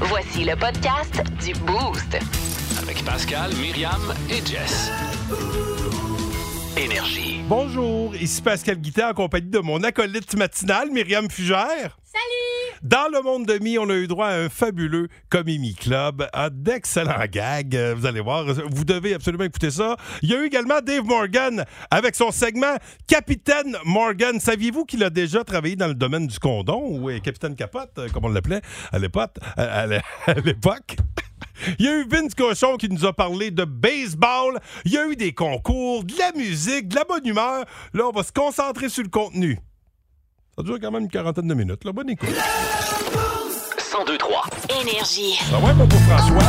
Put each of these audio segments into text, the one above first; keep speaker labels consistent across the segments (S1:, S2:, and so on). S1: Voici le podcast du Boost.
S2: Avec Pascal, Myriam et Jess. Énergie.
S3: Bonjour, ici Pascal Guittet en compagnie de mon acolyte matinal, Myriam Fugère.
S4: Salut!
S3: Dans le monde de mi, on a eu droit à un fabuleux Comimi Club, à d'excellents gags. euh, Vous allez voir, vous devez absolument écouter ça. Il y a eu également Dave Morgan avec son segment Capitaine Morgan. Saviez-vous qu'il a déjà travaillé dans le domaine du condom ou euh, Capitaine Capote, euh, comme on l'appelait à l'époque? à- à l'é- à l'époque? Il y a eu Vince Cochon qui nous a parlé de baseball. Il y a eu des concours, de la musique, de la bonne humeur. Là, on va se concentrer sur le contenu. Ça dure quand même une quarantaine de minutes. Là. Bonne écoute.
S2: 1023.
S1: Énergie.
S3: Ah ouais, mon beau François.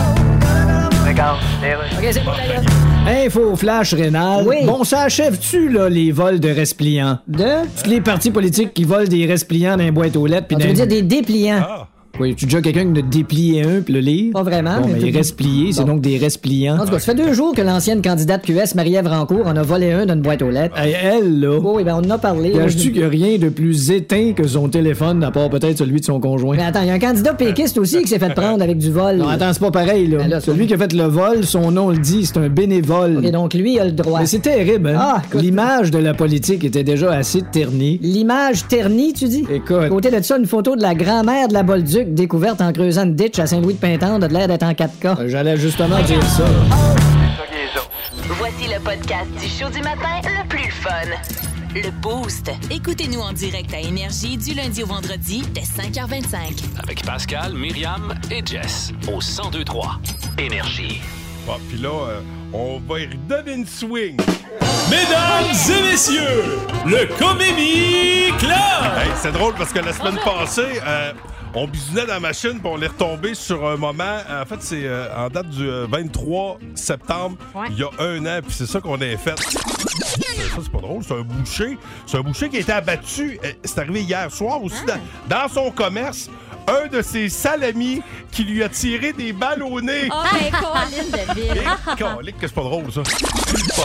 S5: Info flash rénal.
S6: Oui.
S5: Bon, ça achève-tu, là, les vols de respliants?
S6: De?
S5: Toutes les partis politiques qui volent des respliants dans les boîtes aux lettres. puis
S6: Tu
S5: dans
S6: veux
S5: les-
S6: dire des dépliants?
S3: Ah.
S5: Oui, tu déjà quelqu'un qui ne dépliait un puis le livre?
S6: Pas vraiment,
S5: Bon,
S6: mais
S5: mais
S6: tout-
S5: respliés, c'est
S6: Bon.
S5: donc des respliants.
S6: En tout cas, ça fait deux jours que l'ancienne candidate QS, Marie-Ève Rancourt, en a volé un d'une boîte aux lettres.
S5: Hey, elle, là.
S6: Oh, oui, ben on en a parlé.
S5: Gages-tu qu'il n'y a rien de plus éteint que son téléphone, à part peut-être celui de son conjoint?
S6: Mais attends, il y a un candidat péquiste aussi qui s'est fait prendre avec du vol.
S5: Non, attends, c'est pas pareil, là.
S6: Ben là, c'est-
S5: Celui qui a fait le vol, son nom le dit, c'est un bénévole.
S6: Et donc lui, il a le droit.
S5: Mais c'est terrible, hein?
S6: Ah, écoute-
S5: L'image de la politique était déjà assez ternie.
S6: L'image ternie, tu dis? À
S5: Écoute.
S6: côté de ça, une photo de la grand-mère de la Bolduc découverte en creusant une ditch à Saint-Louis-de-Pintan, de l'air d'être en 4K.
S5: Euh, J'allais justement dire ça.
S1: Voici le podcast du show du matin le plus fun. Le Boost.
S4: Écoutez-nous en direct à Énergie du lundi au vendredi dès 5h25.
S2: Avec Pascal, Myriam et Jess. Au 1023. Énergie.
S3: Ah, puis là, euh, on va y redonner une swing.
S7: Mesdames et messieurs, le Comédie Club!
S3: Hey, c'est drôle parce que la semaine passée, euh, on bisounait dans la machine puis on est retombé sur un moment. En fait, c'est euh, en date du euh, 23 septembre,
S4: Ouais.
S3: il y a un an, puis c'est ça qu'on a fait. Ça, c'est pas drôle, c'est un boucher. C'est un boucher qui a été abattu. euh, C'est arrivé hier soir aussi dans, dans son commerce. Un de ses salamis qui lui a tiré des balles au nez.
S8: Ah,
S4: Oh, ben, Colin de
S3: Et,
S4: Ville.
S3: calique que c'est pas drôle, ça. Bon.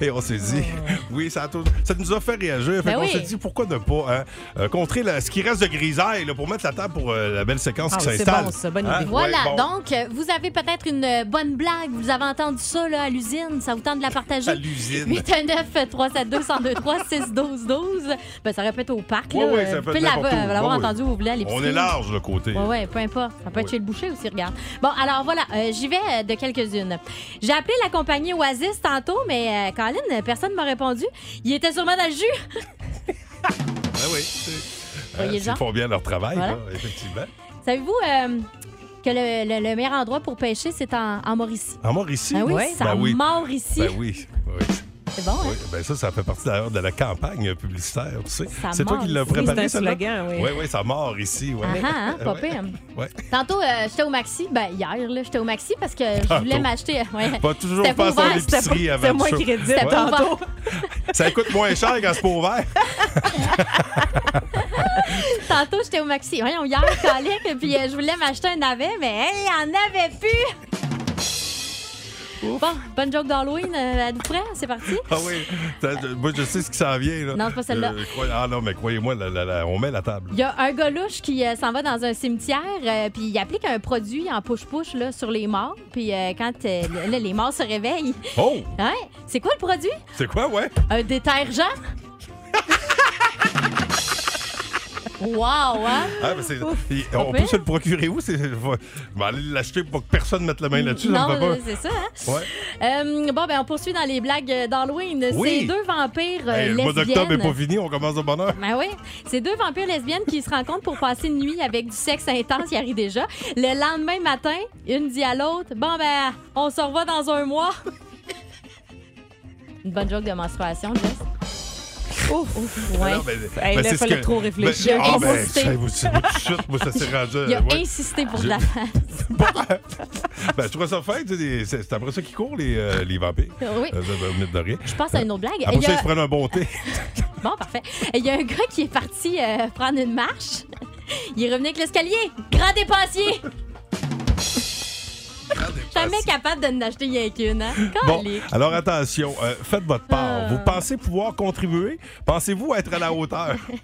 S3: Et on s'est dit, oui, ça, a tout- ça nous a fait réagir. Fait
S4: Ben
S3: qu'on
S4: oui.
S3: s'est dit, pourquoi ne pas hein, euh, contrer la- ce qui reste de grisaille là, pour mettre la table pour euh, la belle séquence
S8: Ah,
S3: qui
S8: c'est
S3: s'installe. Hein?
S8: bon, ça, bonne idée.
S3: Ouais,
S8: Voilà,
S3: bon.
S8: donc, euh, vous avez peut-être une euh, bonne blague. Vous avez entendu ça là, à l'usine. Ça vous tente de la partager?
S3: À l'usine.
S8: 819 372 1023 6 12 12 Ben, ça répète au parc.
S3: Ouais,
S8: là.
S3: ouais, ça
S8: Vous
S3: peut
S8: pouvez
S3: être
S8: la-
S3: n'importe où.
S8: euh, l'avoir
S3: Ouais, ouais.
S8: entendu où vous voulez à l'épicerie.
S3: On est large, le côté.
S8: Oui, oui, peu importe. Ça peut être
S3: Ouais.
S8: chez le boucher aussi, regarde. Bon, alors voilà, euh, j'y vais euh, de quelques-unes. J'ai appelé la compagnie Oasis tantôt, mais euh, Colin, euh, personne ne m'a répondu. Il était sûrement dans le jus.
S3: Ah oui, Euh, c'est-
S8: Voyez
S3: euh,
S8: le
S3: Ils
S8: genre.
S3: font bien leur travail,
S8: Voilà.
S3: là, effectivement.
S8: Savez-vous euh, que le, le- le meilleur endroit pour pêcher, c'est en, en Mauricie?
S3: En Mauricie.
S8: Ah oui,
S3: ouais.
S8: ça
S3: Ben oui.
S8: mord ici.
S3: Ben oui, oui,
S8: C'est bon, hein?
S3: oui. Ben ça, ça fait partie d'ailleurs de la campagne publicitaire, tu sais.
S8: Ça
S3: C'est toi
S8: mord
S3: qui l'as
S8: ici.
S3: préparé,
S8: C'est un
S3: celle-là?
S8: slogan, oui.
S3: Oui, oui, ça mord ici. Ouais.
S8: Ah, ah, hein, pas
S3: Ouais.
S8: pire.
S3: Ouais.
S8: Tantôt, euh, j'étais au Maxi. Ben, hier, là, j'étais au Maxi parce que je
S3: Tantôt.
S8: voulais m'acheter. euh, Ouais.
S3: Pas toujours
S8: C'était pas
S3: faire son
S8: ouvert, c'était
S3: épicerie avant le show.
S8: C'était
S3: Ouais.
S8: pas ouvert.
S3: Ça coûte moins cher quand c'est pas ouvert.
S8: Tantôt, j'étais au Maxi. Voyons, hier, calique, puis euh, je voulais m'acheter un navet, mais hey, il n'y en avait plus! Bon, bonne joke d'Halloween euh, à nous près, c'est parti.
S3: Ah oui. T'as- je- Moi, je sais ce qui s'en vient. Là.
S8: Non, c'est pas celle-là.
S3: Euh, croyez- ah non, mais croyez-moi, la- la- la- on met la table.
S8: Il y a un gars louche qui euh, s'en va dans un cimetière, euh, puis il applique un produit en push-push là, sur les morts, puis euh, quand euh, là, les morts se réveillent,
S3: Oh!
S8: hein? c'est quoi le produit?
S3: C'est quoi, ouais?
S8: Un détergent? wow, hein?
S3: Ah, ben, c'est- Et-
S8: pas
S3: on peut
S8: pire.
S3: se le procurer où? C'est... faut- Je vais aller l'acheter pour que personne mette la main là-dessus. ça
S8: non,
S3: me fait
S8: euh,
S3: peur.
S8: c'est ça. hein?
S3: Ouais.
S8: Euh, bon, ben, on poursuit dans les blagues euh, d'Halloween.
S3: Oui.
S8: Ces deux vampires euh,
S3: Hey, le mois d'octobre
S8: lesbiennes.
S3: n'est pas fini, on commence de bonne heure.
S8: Ben oui, ces deux vampires lesbiennes qui se rencontrent pour passer une nuit avec du sexe intense, il arrive déjà. Le lendemain matin, une dit à l'autre Bon, ben, on se revoit dans un mois. Une bonne joke de menstruation, Jess.
S9: Ouf, ouais.
S3: Non, mais-
S9: Hey, là,
S3: mais c'est ce
S9: fallait
S3: que-
S9: trop réfléchir.
S3: Ben, ah,
S8: Il a
S3: ben,
S8: insisté.
S3: ça, vous- vous- chut, moi, ça s'est rendu.
S8: Il a
S3: euh, ouais.
S8: insisté pour
S3: Je-
S8: de la
S3: Ben, je trouve ça fin. tu sais, des- C'est c'est après ça qu'ils courent, les, euh, les vampires.
S8: Oui.
S3: Euh, ça, vous venez de rien.
S8: Je pense à une autre blague.
S3: Après
S8: Il y
S3: Ah, ça,
S8: a-
S3: ils se prennent un bon thé.
S8: Bon, parfait. Il y a un gars qui est parti euh, prendre une marche. Il est revenu avec l'escalier. Grand dépensier! Jamais capable de n'acheter rien qu'une, hein?
S3: Bon,
S8: Calique.
S3: alors attention, euh, faites votre part.
S8: Ah.
S3: Vous pensez pouvoir contribuer? Pensez-vous être à la hauteur? tu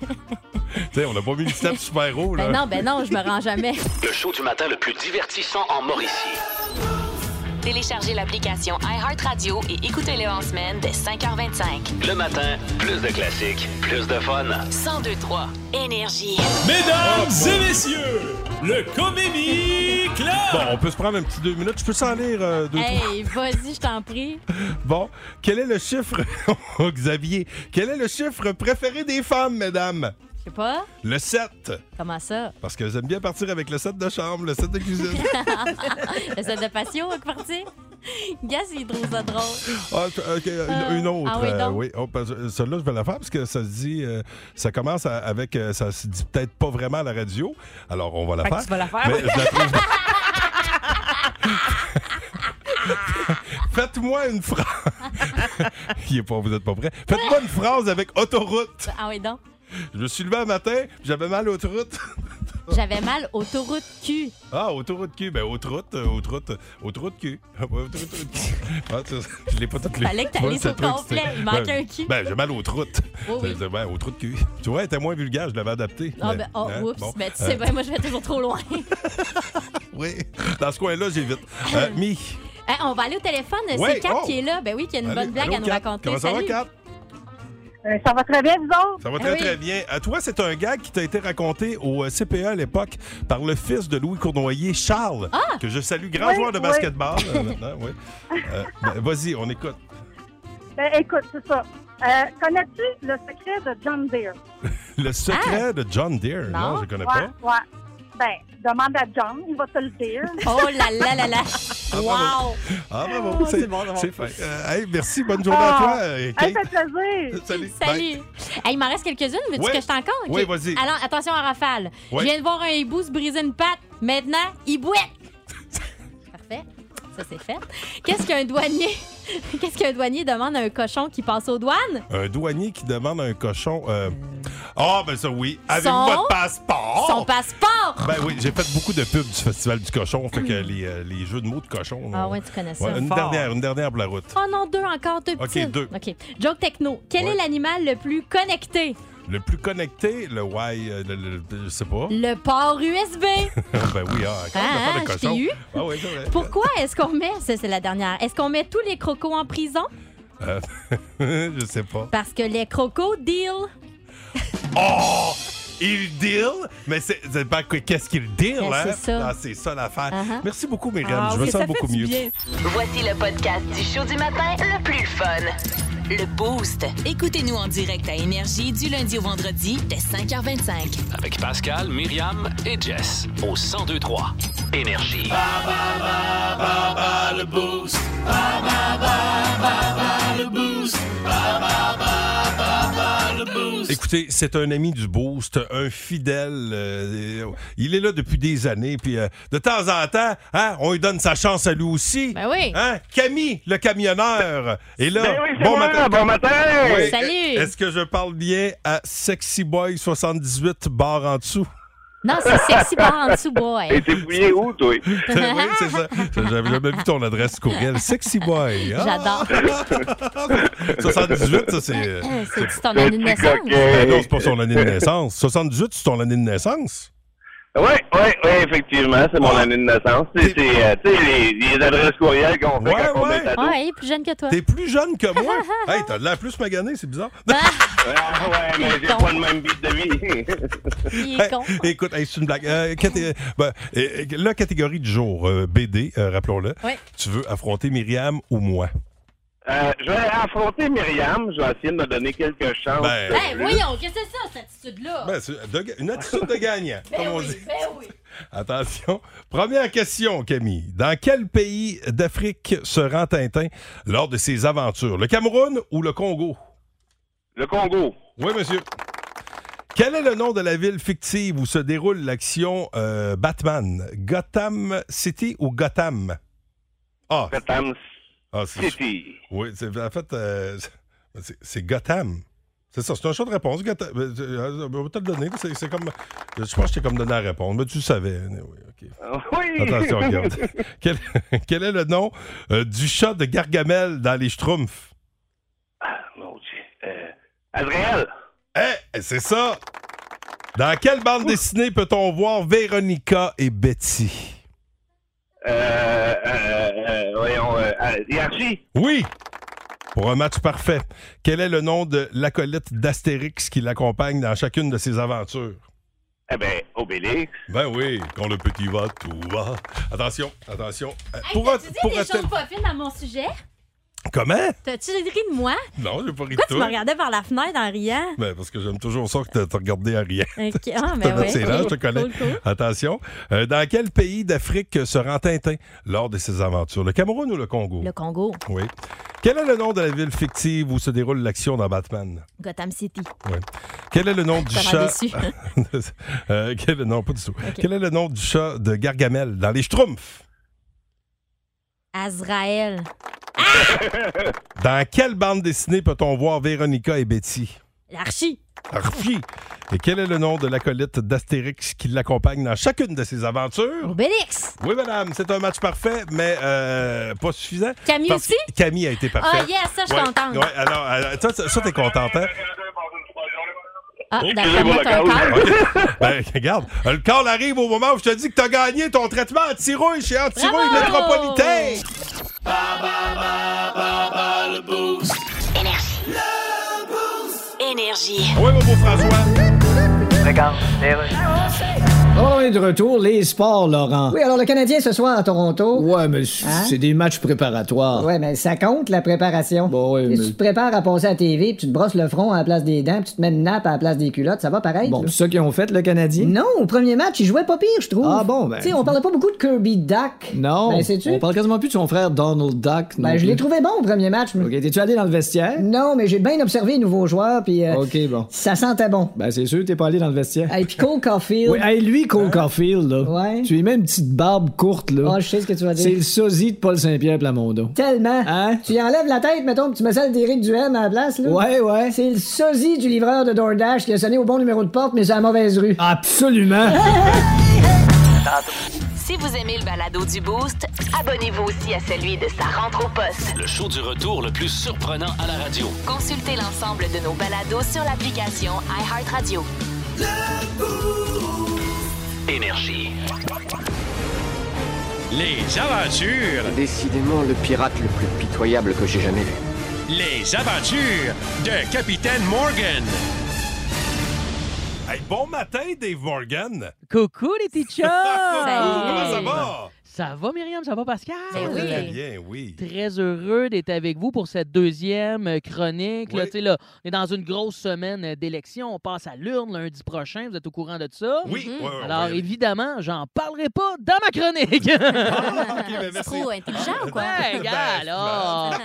S3: sais, on n'a pas mis une step super haut, là.
S8: Ben non, ben non, je me rends jamais.
S2: Le show du matin le plus divertissant en Mauricie.
S4: Téléchargez l'application iHeartRadio et écoutez-le en semaine dès 5h25.
S2: Le matin, plus de classiques, plus de fun.
S4: 1023 Énergie.
S7: Mesdames et messieurs, le Comédie
S3: Bon,
S7: Club!
S3: on peut se prendre un petit deux minutes. Je peux s'en lire euh, deux, trois?
S8: Hey, vas-y, je t'en prie.
S3: Bon, quel est le chiffre... Oh, Xavier, quel est le chiffre préféré des femmes, mesdames?
S8: Je sais pas.
S3: Le 7.
S8: Comment ça?
S3: Parce que j'aime bien partir avec le 7 de chambre, le 7 de cuisine.
S8: Le set de patio est parti. Gaz, il trouve ça drôle.
S3: Ah, ok, une, une autre.
S8: ah oui,
S3: euh,
S8: donc.
S3: oui. Oh, parce- euh, Celle-là, je vais la faire parce que ça se dit. euh, ça commence à- avec. euh, ça se dit peut-être pas vraiment à la radio. Alors, on va la
S9: Fait que
S3: faire.
S9: tu vas la faire.
S3: Mais je la trouve- Faites-moi une phrase. Il est pas, vous êtes pas prêts. Faites-moi une phrase avec autoroute.
S8: Ah oui, donc.
S3: Je me suis levé un matin, j'avais mal à l'autoroute.
S8: J'avais mal autoroute cul.
S3: Ah, autoroute cul. Ben, autoroute, euh, autoroute, autoroute cul. Ah, ouais, autoroute, autoroute cul. Ah, ça, je l'ai pas tout lu.
S8: Fallait que t'ailles
S3: Ouais,
S8: sur
S3: c'est le truc,
S8: complet.
S3: c'est-
S8: Il manquait
S3: ben,
S8: un cul.
S3: Ben, j'ai mal aux troutes.
S8: Oui, oui.
S3: C'est- Ben, aux troutes cul. Tu vois, elle était moins vulgaire, je l'avais adapté.
S8: Ah,
S3: Mais-
S8: ben, oh,
S3: hein,
S8: oups.
S3: bon,
S8: Mais tu
S3: euh,
S8: sais, ben, moi, je vais toujours trop loin.
S3: Oui, dans ce coin-là, j'évite. Euh, Mi.
S8: Hey, on va aller au téléphone.
S3: Ouais,
S8: c'est Kat
S3: oh.
S8: qui est là. Ben oui, qui a une
S3: Allez,
S8: bonne blague
S3: allô,
S8: à nous
S3: Kat.
S8: raconter.
S3: Comment ça va,
S8: Salut.
S3: Kat?
S6: Euh, ça va très bien, vous autres?
S3: Ça va
S8: Eh
S3: très,
S8: oui.
S3: très bien. À toi, c'est un gag qui t'a été raconté au euh, CPA à l'époque par le fils de Louis Cournoyer, Charles,
S8: Ah!
S3: que je salue, grand
S6: Oui,
S3: joueur de
S6: oui.
S3: basketball. euh, maintenant, oui. Euh, ben, Vas-y, on écoute.
S6: Ben, écoute, c'est ça. Euh, Connais-tu le secret de John Deere?
S3: Le secret de John Deere. Non,
S8: Hein? Non.
S3: je ne connais
S6: Ouais,
S3: pas.
S6: ouais. Ben, demande à John, il va te le dire.
S8: Oh là là là là!
S3: bravo.
S8: Wow! Oh,
S3: Ah, bravo.
S9: Ah,
S3: c'est
S9: c'est bon, c'est bon.
S3: c'est fait. Euh, hey, merci. Bonne journée à toi, euh,
S6: Ah! Hey,
S3: Kate.
S6: ça fait plaisir!
S3: Salut.
S8: Ah. Salut!
S3: Bye.
S8: Hey, il m'en reste quelques-unes, veux-tu
S3: Ben, Ouais.
S8: que je t'en compte?
S3: Oui,
S8: Ok.
S3: vas-y.
S8: Alors, attention à rafale.
S3: Ouais.
S8: Je viens de voir un hibou se briser une patte. Maintenant, hibouette! Parfait. Ça, c'est fait. Qu'est-ce qu'un douanier... Qu'est-ce qu'un douanier demande à un cochon qui passe aux douanes?
S3: Un douanier qui demande à un cochon. euh, Ah, ben ça, oui. Avez-vous
S8: Son-
S3: votre passeport?
S8: Son passeport!
S3: Ben oui, j'ai fait beaucoup de pubs du Festival du Cochon. Fait que les, euh, les jeux de mots de cochon.
S8: Mm. Ah
S3: euh,
S8: ouais, tu connais ça.
S3: ouais, une
S9: Fort.
S3: dernière, une dernière pour la route.
S8: Oh non, deux encore, deux
S3: Ok,
S8: petits.
S3: deux.
S8: OK. Joke techno. Quel
S3: Ouais.
S8: est l'animal le plus connecté?
S3: Le plus connecté, le Y, euh, le- le- le- je sais pas.
S8: Le port USB.
S3: ben oui, ah,
S8: Ah,
S3: quand même,
S8: ah,
S3: pas de
S8: je t'ai
S3: cochon.
S8: eu.
S3: Ah oui, c'est vrai.
S8: Pourquoi est-ce qu'on met, ça c'est la dernière, est-ce qu'on met tous les crocos en prison?
S3: Euh, je sais pas.
S8: Parce que les crocos deal.
S3: Oh! Il deal, mais c'est c'est pas que- qu'est-ce qu'il deal,
S8: Mais
S3: hein?
S8: c'est ça.
S3: Ah, c'est ça l'affaire.
S8: Uh-huh.
S3: Merci beaucoup, Myriam.
S9: Ah,
S3: Je me
S9: oui,
S3: sens
S9: ça
S3: beaucoup
S9: fait du
S3: mieux.
S9: bien.
S1: Voici le podcast du show du matin le plus fun.
S4: Le Boost. Écoutez-nous en direct à Énergie du lundi au vendredi dès 5h25.
S2: Avec Pascal, Myriam et Jess au 1023 Énergie.
S3: Écoutez, c'est un ami du Boost, un fidèle. euh, il est là depuis des années, puis euh, de temps en temps, hein, on lui donne sa chance à lui aussi.
S8: Ben oui.
S3: Hein? Camille, le camionneur, est là.
S10: bon matin. Bon matin.
S3: Oui.
S8: Salut.
S3: Est-ce que je parle bien à Sexy Boy 78 barre en dessous?
S8: Non, c'est sexy par en dessous, boy.
S10: Et t'es fouillé où, toi?
S3: oui, c'est ça. J'avais jamais vu ton adresse courriel. Sexy Boy. Ah!
S8: J'adore.
S3: 78, ça, c'est. euh,
S8: Euh, C'est-tu ton année
S10: Petit
S8: de naissance?
S10: coquet.
S3: Ben, non, c'est pas son année de naissance. 78, c'est ton année de naissance?
S10: Oui, oui, oui, effectivement, c'est mon année de naissance. C'est, c'est, euh, tu sais, les, les adresses courriels qu'on fait
S3: Ouais,
S10: quand on
S3: ouais.
S10: est ado.
S8: Ouais, il est plus jeune que toi.
S3: T'es plus jeune que moi? hey, t'as de l'air plus magané, c'est bizarre.
S10: Ah, ouais, mais j'ai
S8: Ton.
S10: pas le même beat de vie.
S8: Il est con.
S3: Écoute, hey, c'est une blague. Euh, caté- ben, euh, la catégorie du jour, euh, BD, euh, rappelons-le.
S8: Ouais.
S3: Tu veux affronter Myriam ou moi?
S10: Euh, je vais affronter Myriam. Je vais essayer de me donner quelques chances.
S3: Ben,
S8: Hey, voyons, qu'est-ce que c'est ça, cette attitude-là?
S3: ben, c'est de- une attitude de gagnant, comme
S8: Ben
S3: on
S8: oui,
S3: dit.
S8: ben oui.
S3: Attention. Première question, Camille. Dans quel pays d'Afrique se rend Tintin lors de ses aventures? Le Cameroun ou le Congo?
S10: Le Congo.
S3: Oui, monsieur. Quel est le nom de la ville fictive où se déroule l'action euh, Batman? Gotham City ou Gotham? Ah,
S10: Gotham
S3: Ah, c'est-
S10: City.
S3: Oui, c'est- en fait, euh, c'est- c'est Gotham. C'est ça, c'est un choix de réponse. Gotham. Euh, euh, On va te le donner. là, C'est c'est comme. Je pense que je t'ai comme donné la réponse, mais tu le savais. anyway, ok.
S10: Oui!
S3: Attention, regarde. quel, quel est le nom euh, du chat de Gargamel dans les Schtroumpfs?
S10: Ah, Mon Dieu. Euh, Adriel!
S3: Eh, c'est ça! Dans quelle bande dessinée peut-on voir Véronica et Betty?
S10: Euh, euh, euh, voyons, euh, euh, Hiérarchie!
S3: Oui! Pour un match parfait, quel est le nom de l'acolyte d'Astérix qui l'accompagne dans chacune de ses aventures?
S10: Eh ben, Obélix.
S3: Ben oui, quand le petit va, tout va. Attention, attention. Euh,
S8: Hey,
S3: un-
S8: T'as-tu dit des
S3: un tel-
S8: choses pas fines à mon sujet?
S3: Comment?
S8: T'as-tu ri de moi?
S3: Non, j'ai pas ri de
S8: Pourquoi tu me
S3: toi.
S8: regardais par la fenêtre en riant?
S3: Ben, parce que j'aime toujours ça que t'as t'as regardé à rien.
S8: Ok, Ah,
S3: C'est
S8: mais
S3: là,
S8: ouais.
S3: je te connais.
S8: Cool, cool.
S3: Attention. Euh, dans quel pays d'Afrique se rend Tintin lors de ses aventures? Le Cameroun ou le Congo?
S8: Le Congo,
S3: Oui. Quel est le nom de la ville fictive où se déroule l'action dans Batman?
S8: Gotham City.
S3: Quel est le nom du
S8: Ça m'a
S3: chat?
S8: déçu.
S3: Euh, quel est- Non, pas du tout. Quel est le nom du chat de Gargamel dans les Schtroumpfs?
S8: Azrael,
S3: Dans quelle bande dessinée peut-on voir Véronica et Betty?
S8: l'archi,
S3: Arfi. Et quel est le nom de l'acolyte d'Astérix qui l'accompagne dans chacune de ses aventures?
S8: Obélix.
S3: Oui, madame, c'est un match parfait, mais euh, pas suffisant.
S8: Camille
S3: Parce que
S8: aussi?
S3: Camille a été
S8: Ah,
S3: parfaite.
S8: yes, ça, je suis
S3: Ouais,
S8: contente.
S3: ouais, alors, alors, ça, ça, ça, t'es contente, hein?
S8: Ah,
S10: Excusez
S8: d'après moi,
S10: pour
S8: t'as un
S10: la cause.
S8: cœur.
S3: Ben, regarde, le call arrive au moment où je te dis que t'as gagné ton traitement à Tirouille chez Antirouille
S8: Bravo!
S3: Métropolitain!
S4: Énergie. Énergie.
S3: Oui, mon beau François.
S5: Alors, on est de retour, les sports, Laurent.
S6: Oui, alors le Canadien ce soir à Toronto.
S5: Ouais, mais c-
S6: Hein?
S5: c'est des matchs préparatoires.
S6: Ouais, mais ça compte la préparation.
S5: Bon, Bah ouais,
S6: Si
S5: mais-
S6: Tu te prépares à passer à la TV, puis tu te brosses le front à la place des dents, puis tu te mets une nappe à la place des culottes, ça va pareil.
S5: Bon,
S6: là.
S5: c'est ça qu'ils ont fait, le Canadien?
S6: Non, au premier match, il jouait pas pire, je trouve.
S5: Hein? Ah bon, ben-
S6: Tu sais, on parlait pas beaucoup de Kirby Duck.
S5: Non.
S6: Ben, sais-tu?
S5: On parle quasiment plus de son frère Donald Duck. non
S6: Ben, je l'ai
S5: plus.
S6: trouvé bon au premier match. mais-
S5: Ok, t'es-tu allé dans le vestiaire?
S6: Non, mais j'ai bien observé les nouveaux joueurs, puis euh,
S5: Ok, bon.
S6: ça sentait bon.
S5: Ben, c'est sûr, t'es pas allé dans le vestiaire.
S6: Et puis Cole Caulfield.
S5: Oui, hey, lui, Cole Caulfield, là.
S6: Hein? Ouais.
S5: Tu lui mets une petite barbe courte, là.
S6: Ah, je sais ce que tu vas
S5: c'est
S6: dire.
S5: le sosie de Paul Saint-Pierre Plamondon.
S6: Tellement.
S5: Hein?
S6: Tu y enlèves la tête, mettons, puis tu mets celle d'Éric Duhem à la place, là.
S5: Ouais, ouais.
S6: C'est le sosie du livreur de DoorDash qui a sonné au bon numéro de porte, mais c'est à la mauvaise rue.
S5: Absolument.
S4: Si vous aimez le balado du Boost, abonnez-vous aussi à celui de sa rentre au poste.
S2: Le show du retour le plus surprenant à la radio.
S4: Consultez l'ensemble de nos balados sur l'application iHeartRadio.
S2: Énergie.
S7: Les aventures,
S9: Décidément le pirate le plus pitoyable que j'ai jamais vu.
S7: les aventures de Capitaine Morgan.
S3: Hey, bon matin, Dave Morgan.
S9: Coucou les petits chats!
S3: Comment ça
S8: Salut.
S3: va?
S9: ça va Myriam, ça va Pascal?
S8: Ben
S3: Ça va
S8: oui.
S3: Très bien, oui.
S9: Très heureux d'être avec vous pour cette deuxième chronique. Là,
S3: Oui.
S9: tu sais, là, on est dans une grosse semaine euh, d'élections. On passe à l'urne lundi prochain. Vous êtes au courant de ça?
S3: Oui,
S8: Mm-hmm.
S3: ouais, ouais, on va y
S9: Alors,
S3: aller.
S9: évidemment, j'en parlerai pas dans ma chronique.
S3: Ah, ok, ben
S8: C'est
S3: merci.
S8: trop intelligent ou quoi?
S9: Ouais, gars, là. Ben,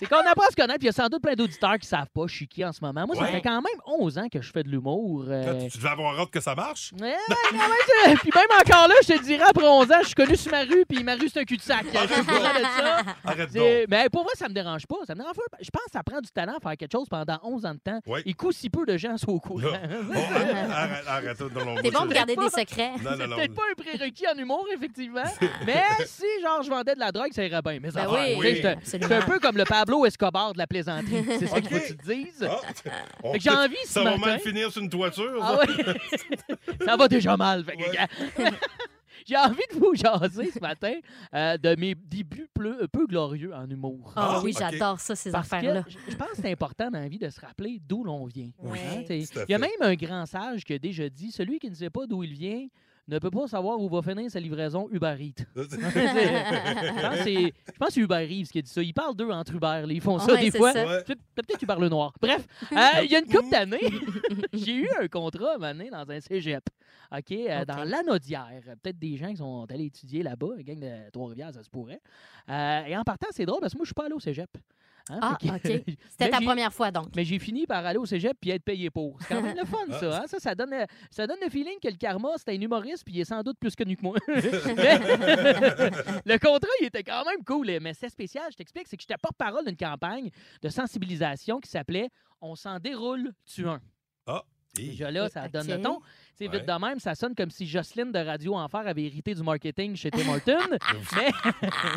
S9: C'est qu'on apprend à se connaître, puis il y a sans doute plein d'auditeurs qui savent pas je suis qui en ce moment. Moi, ça
S3: Ouais.
S9: fait quand même 11 ans que je fais de l'humour. euh,
S3: Toi, tu- Tu devais avoir hâte que ça marche?
S9: Ouais, quand même, c'est- puis même encore là, je te dirais, après 11 ans, je suis connu sur ma rue, puis ma rue, c'est un cul-de-sac. Je suis au courant de ça.
S3: Ah, Arrête donc.
S9: C'est- Mais pour moi, ça me dérange pas. Ça me dérange pas. Je pense que ça prend du talent à faire quelque chose pendant 11 ans de temps.
S3: Oui.
S9: Et coup, si peu de gens sont au courant.
S3: Là. Bon, hein? arrête, arrête, arrête. non, non,
S8: C'est
S3: moi,
S8: bon de
S3: je-
S8: garder des secrets.
S3: Non,
S9: C'est
S3: non, non.
S9: peut-être pas un prérequis en humour, effectivement. mais si, genre, je vendais de la drogue, ça irait bien. Mais ça
S3: Ah
S8: Ben
S9: va.
S8: oui,
S9: Tu sais, j'étais-
S8: absolument.
S9: j'étais Ah, un peu comme le Pablo Escobar de la plaisanterie. C'est ça qu'il faut que tu te dises.
S3: Ah, on-
S9: Fait que j'ai envie ce
S3: Ça va
S9: matin.
S3: mal finir sur une toiture.
S9: Ah
S3: ça.
S9: oui? ça va déjà mal. fait que,
S3: Ouais.
S9: gars. J'ai envie de vous jaser ce matin euh, de mes débuts pleu- peu glorieux en humour.
S8: Ah
S3: Ah,
S8: oui,
S3: ok.
S8: j'adore ça, ces
S9: Parce que
S8: affaires-là.
S9: je je pense que c'est important dans la vie de se rappeler d'où l'on vient.
S8: Oui.
S9: Hein, t'sais,
S3: Tout à
S9: Il y a
S3: fait.
S9: même un grand sage qui a déjà dit celui qui ne sait pas d'où il vient ne peut pas savoir où va finir sa livraison Uber Eats. je pense que c'est- je pense que c'est Uber Reeves qui a dit ça. Ils parlent d'eux entre Uber. là. Ils font ça
S8: Ouais,
S9: des
S8: c'est
S9: fois.
S8: ça.
S3: Ouais.
S9: Peut- Peut-être Uber le noir. Bref, euh, il y a une couple d'années, j'ai eu un contrat à un moment donné dans un cégep. OK, euh,
S8: OK.
S9: dans l'Anaudière. Peut-être des gens qui sont allés étudier là-bas, une gang de Trois-Rivières, ça se pourrait. Euh, et en partant, c'est drôle parce que moi, je suis pas allé au cégep. Hein,
S8: Ah,
S9: fait que-
S8: OK. C'était
S9: Mais
S8: ta
S9: j'ai-
S8: première fois, donc.
S9: Mais j'ai fini par aller au cégep puis être payé pour. C'est quand même le
S3: Ah.
S9: fun, ça. hein. Ça, ça, donne, ça donne le feeling que le karma, c'est un humoriste puis il est sans doute plus connu que moi. Mais- le contrat, il était quand même cool. Mais c'est spécial, je t'explique, c'est que j'étais porte-parole d'une campagne de sensibilisation qui s'appelait On s'en déroule, tu un.
S3: Ah!
S9: Déjà là, ça donne le
S3: ok.
S9: ton. Tu sais,
S3: Ouais.
S9: vite de même, ça sonne comme si Jocelyne de Radio Enfer avait hérité du marketing chez Tim
S8: Ah,
S9: Horton. mais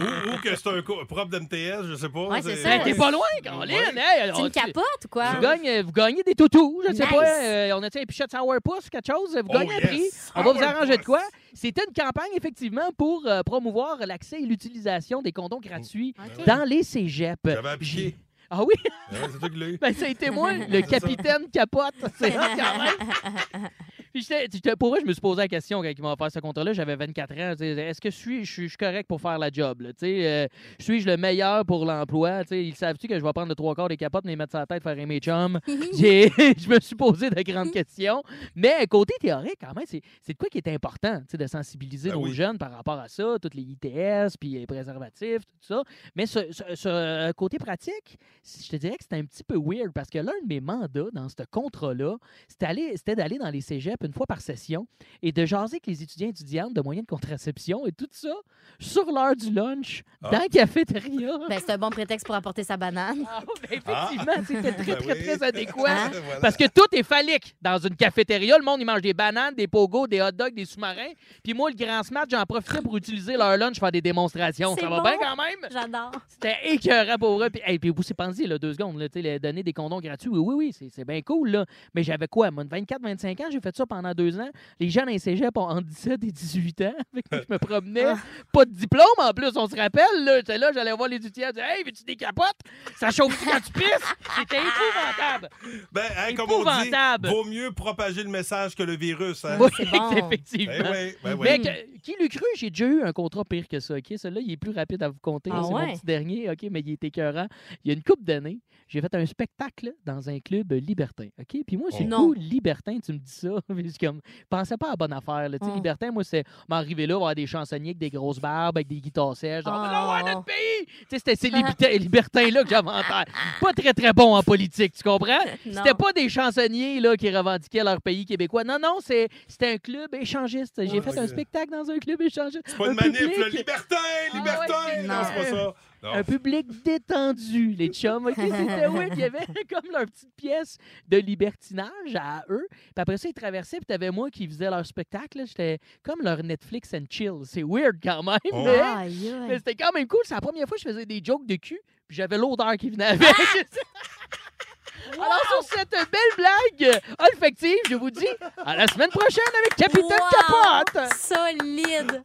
S3: ou, ou que c'est un co- prof d'MTS, je sais pas.
S9: Ouais, c'est ça.
S8: ah,
S9: Ben, t'es pas loin, Caroline, hey, alors, tu-
S8: capotes ou quoi?
S9: vous gagnez, vous gagnez des toutous, Ah, je ne sais
S8: Nice.
S9: pas. euh, on a un pichette sourpuss ou quelque chose. Vous
S8: Oh
S9: gagnez un
S8: yes,
S9: prix. On
S3: Ah
S9: va vous arranger de quoi? C'était une campagne, effectivement, pour euh, promouvoir l'accès et l'utilisation des condoms gratuits
S3: Ok.
S9: dans les cégeps.
S3: J'avais appliqué.
S9: Ah oui?
S3: Ouais, c'est toi qui l'as eu.
S9: Ben, ça a été moi, le capitaine capote. C'est hot quand même. Puis j'étais- j'étais- pour vrai, je me suis posé la question quand ils m'ont offert ce contrat-là. J'avais 24 ans. tu sais, Est-ce que je suis, je suis- je suis correct pour faire la job? là, tu sais, euh, Suis-je le meilleur pour l'emploi? Tu sais, Ils savent-tu que je vais prendre le trois quarts des capotes, me les mettre sur la tête, faire aimer mes chums? J'ai- je me suis posé de grandes questions. Mais côté théorique, quand même, c'est c'est de quoi qui est important tu sais, de sensibiliser
S3: Ah
S9: nos jeunes par rapport à ça, toutes les ITS, puis les préservatifs, tout ça. Mais ce, ce- ce, euh, côté pratique, je te dirais que c'était un petit peu weird parce que l'un de mes mandats dans ce contrat-là, c'était aller- c'était d'aller dans les cégeps une fois par session et de jaser avec les étudiants et étudiantes de moyens de contraception et tout ça sur l'heure du lunch dans la cafétéria.
S8: Ben, c'est un bon prétexte pour apporter sa banane.
S9: Ah. ben, Effectivement, c'était
S3: Ah Ben
S9: très, très, très adéquat.
S8: Hein?
S9: Parce que tout est phallique dans une cafétéria. Le monde, il mange des bananes, des pogos, des hot dogs, des sous-marins. Puis moi, le grand smash, j'en profitais pour utiliser leur lunch, faire des démonstrations.
S8: C'est
S9: Ça va
S8: bon.
S9: bien quand même?
S8: J'adore.
S9: C'était écœurant pour eux. Puis, hey, puis au bout, c'est pensé, là, deux secondes, là, tu sais, le- donner des condoms gratuits. Oui, oui, oui, c'est- c'est bien cool. Là. Mais j'avais quoi? Moi, de 24, 25 ans, j'ai fait ça pendant deux ans. Les gens dans les cégeps ont entre 17 et 18 ans. Fait que je me promenais. Pas de diplôme en plus, on se rappelle. Là, J'étais là j'allais voir les outils. Hey, veux-tu des capotes? Ça chauffe quand tu pisses? C'était épouvantable.
S3: Ben, hein, comme on dit,
S9: Épouvantable.
S3: vaut mieux propager le message que le virus. Hein?
S9: Oui, effectivement.
S3: Ben oui, ben oui.
S9: Mais
S8: Hmm.
S9: que- qui l'eût cru? J'ai déjà eu un contrat pire que ça. OK? Celui-là, il est plus rapide à vous compter.
S8: Ah
S9: c'est
S8: ouais?
S9: mon petit dernier, OK, mais il est écœurant. Il y a une couple d'années, j'ai fait un spectacle dans un club libertin. OK? Puis moi, c'est
S8: Oh.
S9: cool, libertin, tu me dis ça. Mais c'est comme, je pensais pas à la bonne affaire. là. Tu sais,
S8: Oh.
S9: Libertin, moi, c'est m'arriver là, avoir des chansonniers avec des grosses barbes, avec des guitares sèches. genre,
S8: Ah.
S9: Mais non, ouais, notre pays! Tu sais, C'était ces libertins- libertins-là que j'avais en tête. Pas très, très bon en politique, tu comprends?
S8: Non.
S9: C'était pas des chansonniers là, qui revendiquaient leur pays québécois. Non, non, c'est- c'était un club échangiste. J'ai fait un spectacle dans un club échangiste.
S3: Pas de
S9: Un
S3: manif,
S9: public- Ah
S3: là, libertin, libertin! non, c'est pas ça. Non.
S9: Un public détendu, les chums. ok? C'était oui, il y avait comme leur petite pièce de libertinage à eux. Puis après ça, ils traversaient, puis t'avais moi qui faisais leur spectacle. là. J'étais comme leur Netflix and chill. C'est weird quand même,
S8: Oh.
S9: mais,
S8: Aïe, aïe.
S9: mais c'était quand même cool. C'est la première fois que je faisais des jokes de cul, puis j'avais l'odeur qui venait avec.
S8: Ah!
S9: Alors, sur cette belle blague euh, olfactive, je vous dis à la semaine prochaine avec Capitaine
S8: Wow!
S9: Ah, Capote! Oh.
S8: Solide.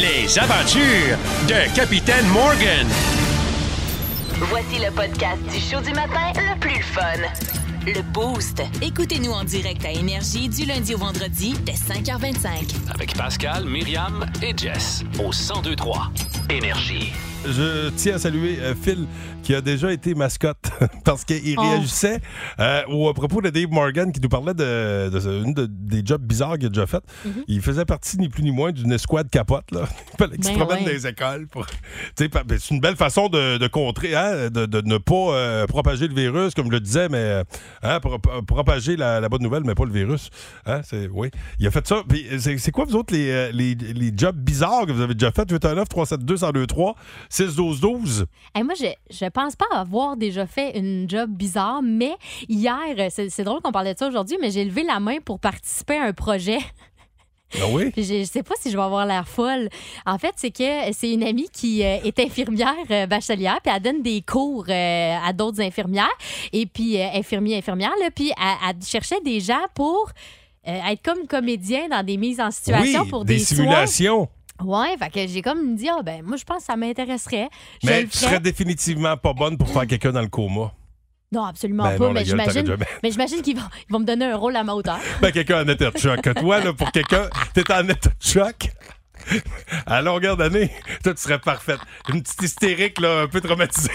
S7: Les aventures de Capitaine Morgan.
S1: Voici le podcast du show du matin le plus fun.
S4: Le Boost. Écoutez-nous en direct à Énergie du lundi au vendredi dès 5h25.
S2: Avec Pascal, Myriam et Jess au 1023 Énergie.
S3: Je tiens à saluer euh, Phil qui a déjà été mascotte parce qu'il
S2: Oh.
S3: réagissait euh, au à propos de Dave Morgan qui nous parlait de, de- de- une de- des jobs bizarres qu'il a déjà fait.
S11: Mm-hmm.
S3: Il faisait partie ni plus ni moins d'une escouade capote là, Il fallait qu'il se
S11: Ben
S3: promène
S11: ouais.
S3: dans les écoles. pour- tu sais, pa- ben, c'est une belle façon de, de contrer, hein, de, de ne pas euh, propager le virus comme je le disais, mais euh, hein, pro- pro- propager la, la bonne nouvelle mais pas le virus. Hein, c'est oui. Il a fait ça. Puis, euh, C'est c'est quoi vous autres les, euh, les, les jobs bizarres que vous avez déjà fait 819 372 1023 6 12 12
S8: Hey, moi, je, je pense pas avoir déjà fait une job bizarre, mais hier, euh, c'est c'est drôle qu'on parlait de ça aujourd'hui, mais j'ai levé la main pour participer à un projet.
S3: Ah oui?
S8: Puis j'ai- je sais pas si je vais avoir l'air folle. En fait, c'est que c'est une amie qui euh, est infirmière euh, bachelière, puis elle donne des cours euh, à d'autres infirmières, et puis euh, infirmiers, infirmières, là, puis elle, elle cherchait des gens pour euh, être comme comédien dans des mises en situation
S3: oui,
S8: pour
S3: des,
S8: des, soirs.
S3: simulations.
S8: Ouais, fait que j'ai comme dit, ah ben moi je pense que ça m'intéresserait. Je
S3: Mais
S8: le
S3: tu
S8: ferais.
S3: serais définitivement pas bonne pour faire quelqu'un dans le coma.
S8: Non, absolument
S3: Ben
S8: pas,
S3: non, la
S8: mais
S3: gueule, t'arrêtes
S8: j'imagine.
S3: jamais.
S8: Mais j'imagine qu'ils vont, ils vont me donner un rôle à ma hauteur.
S3: Ben, quelqu'un en état de choc. Toi, là, pour quelqu'un, t'es en état de choc. À longueur d'année, toi, tu serais parfaite. Une petite hystérique, là, un peu traumatisée.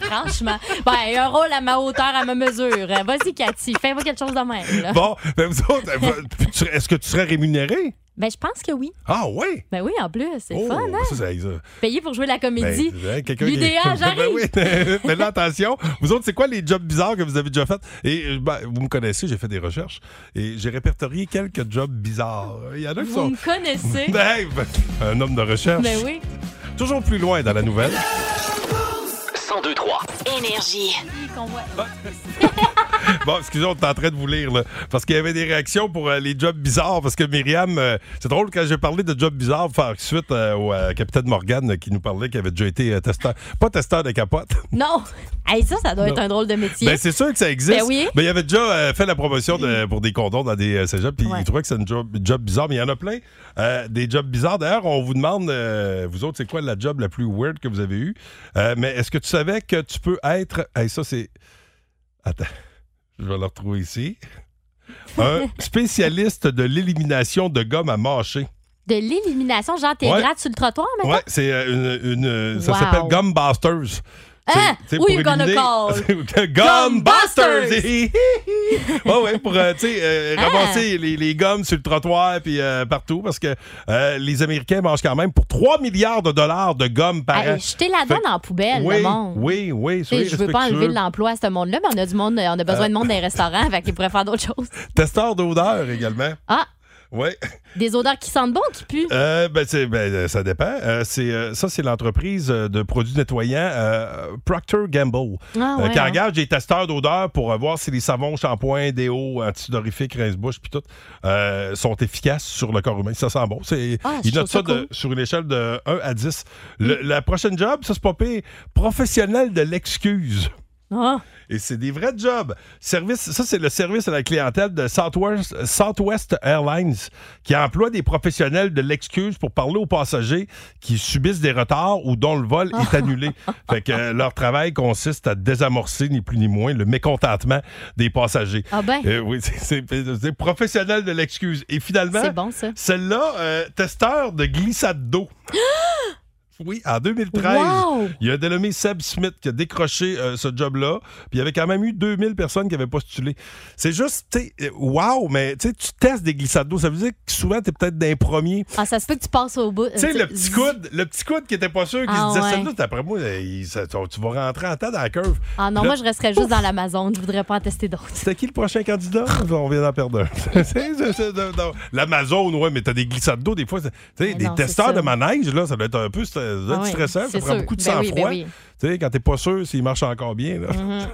S8: Franchement. Ben, un rôle à ma hauteur, à ma mesure. Vas-y, Cathy, fais-moi quelque chose de même. là.
S3: Bon, ben, vous autres, euh, tu serais- est-ce que tu serais rémunérée?
S8: Ben, je pense que oui.
S3: Ah oui?
S8: Ben oui, en plus, c'est le
S3: Oh,
S8: fun, hein?
S3: ça, ça, ça.
S8: Payé pour jouer la comédie.
S3: Ben, hein, quelqu'un qui-
S8: L'UDA,
S3: Ben
S8: j'arrive!
S3: oui, mais- mais là, attention, vous autres, c'est quoi les jobs bizarres que vous avez déjà fait? Et euh, ben, vous me connaissez, j'ai fait des recherches et j'ai répertorié quelques jobs bizarres. Il y en a qui
S8: Vous
S3: sont.
S8: me connaissez.
S3: Ben, ben, un homme de recherche.
S8: Ben oui.
S3: Toujours plus loin dans la nouvelle.
S2: 1023.
S4: Énergie.
S8: Qu'on voit.
S3: Bon, excusez, on est en train de vous lire, là, parce qu'il y avait des réactions pour euh, les jobs bizarres, parce que Myriam, euh, c'est drôle, quand j'ai parlé de jobs bizarres, faire suite euh, au euh, capitaine Morgan qui nous parlait qu'il avait déjà été euh, testeur, pas testeur de capote.
S8: Non! Hey, ça, ça doit
S3: Non.
S8: être un drôle de métier.
S3: Ben, c'est sûr que ça existe.
S8: Ben oui.
S3: il avait déjà euh, fait la promotion de- pour des condoms dans des euh, cégeps, puis il trouvait que c'est un job, job bizarre, mais il y en a plein. euh, des jobs bizarres. D'ailleurs, on vous demande, euh, vous autres, c'est quoi la job la plus weird que vous avez eue? Euh, mais est-ce que tu savais que tu peux être. Hey, ça, c'est. Attends, je vais le retrouver ici. Un spécialiste de l'élimination de gomme à mâcher.
S8: De l'élimination, genre, t'es
S3: Ouais.
S8: gratte sur le trottoir, maintenant?
S3: Ouais, c'est euh, une. une, euh, ça
S8: Wow.
S3: s'appelle Gum Busters.
S8: Hein?
S3: Tu sais,
S8: Who
S3: pour
S8: you gonna
S3: éliminer-
S8: call?
S3: Gum Busters! Ouais, ouais, pour euh, tu sais, euh,
S8: Ah.
S3: ramasser les, les gommes sur le trottoir puis euh, partout, parce que euh, les Américains mangent quand même pour 3 milliards de dollars de gomme par an.
S8: Hey, jetez la
S3: Fait
S8: donne
S3: que-
S8: en poubelle,
S3: oui,
S8: le monde.
S3: Oui, oui,
S8: Tu sais,
S3: soyez
S8: je veux pas
S3: respectueux.
S8: enlever de l'emploi à ce monde-là, mais on a du monde, euh, on a besoin de monde dans les restaurants, fait qu'ils pourraient faire d'autres choses.
S3: Testeur d'odeur également.
S8: Ah,
S3: Oui.
S8: des odeurs qui sentent bon, qui puent.
S3: Euh, ben, c'est- ben, euh, ça dépend. Euh, c'est, euh, ça, c'est l'entreprise euh, de produits nettoyants euh, Procter Gamble
S8: Ah, ouais,
S3: Euh, qui
S8: hein.
S3: engage des testeurs d'odeur pour euh, voir si les savons, shampoings, déos, antidorifiques, rince-bouche puis tout euh, sont efficaces sur le corps humain. Ça sent bon. C'est,
S11: Ah, je
S3: ils
S11: trouve
S3: notent
S11: ça
S3: ça de-
S11: cool. Mm.
S3: sur une échelle de 1 à 10. Le- La prochaine job, ça, c'est pas pire. Professionnel de l'excuse.
S8: Ah.
S3: Et c'est des vrais jobs. Service, ça, c'est le service à la clientèle de Southwest, Southwest Airlines qui emploie des professionnels de l'excuse pour parler aux passagers qui subissent des retards ou dont le vol est annulé. fait que euh, leur travail consiste à désamorcer, ni plus ni moins, le mécontentement des passagers.
S8: Ah ben.
S3: Euh, oui, c'est- c'est c'est professionnel de l'excuse. Et finalement,
S8: C'est bon, ça.
S3: celle-là, euh, testeur de glissade d'eau. Oui, en 2013,
S8: Wow!
S3: il y a un dénommé Seb Smith qui a décroché euh, ce job-là. Puis il y avait quand même eu 2000 personnes qui avaient postulé. C'est juste, tu sais, euh, wow, mais tu sais, tu testes des glissades d'eau. Ça veut dire que souvent, tu es peut-être d'un premier.
S8: Ah, ça se peut que tu passes au bout.
S3: Tu sais, le petit coude, le petit coude qui était pas sûr, qui
S8: Ah,
S3: se disait,
S8: ouais.
S3: celle-là, d'après moi, euh, il- ça- tu tu vas rentrer en temps dans la curve.
S8: Ah non,
S3: Là,
S8: moi, je resterais juste dans l'Amazon. Je voudrais pas en tester d'autres.
S3: C'était qui le prochain candidat? On vient d'en perdre un. C'est- c'est- c'est- non, non. L'Amazon, ouais, mais t'as des glissades d'eau, des fois. c'est- Tu sais,
S8: Mais
S3: des
S8: non, c'est
S3: testeurs
S8: ça.
S3: de manège, là, ça doit être un peu ça doit être
S8: Ah ouais,
S3: stressant, ça
S8: c'est
S3: prend
S8: sûr.
S3: beaucoup de
S8: Ben
S3: sang-froid.
S8: oui, ben oui.
S3: Tu sais, quand t'es pas sûr s'il marche encore bien, là.
S8: Mhm.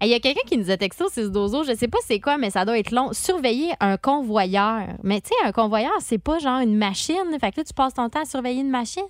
S8: Il y a quelqu'un qui nous a texté au 6 dozo, je sais pas c'est quoi, mais ça doit être long. Surveiller un convoyeur. Mais tu sais, un convoyeur, c'est pas genre une machine. Fait que là, tu passes ton temps à surveiller une machine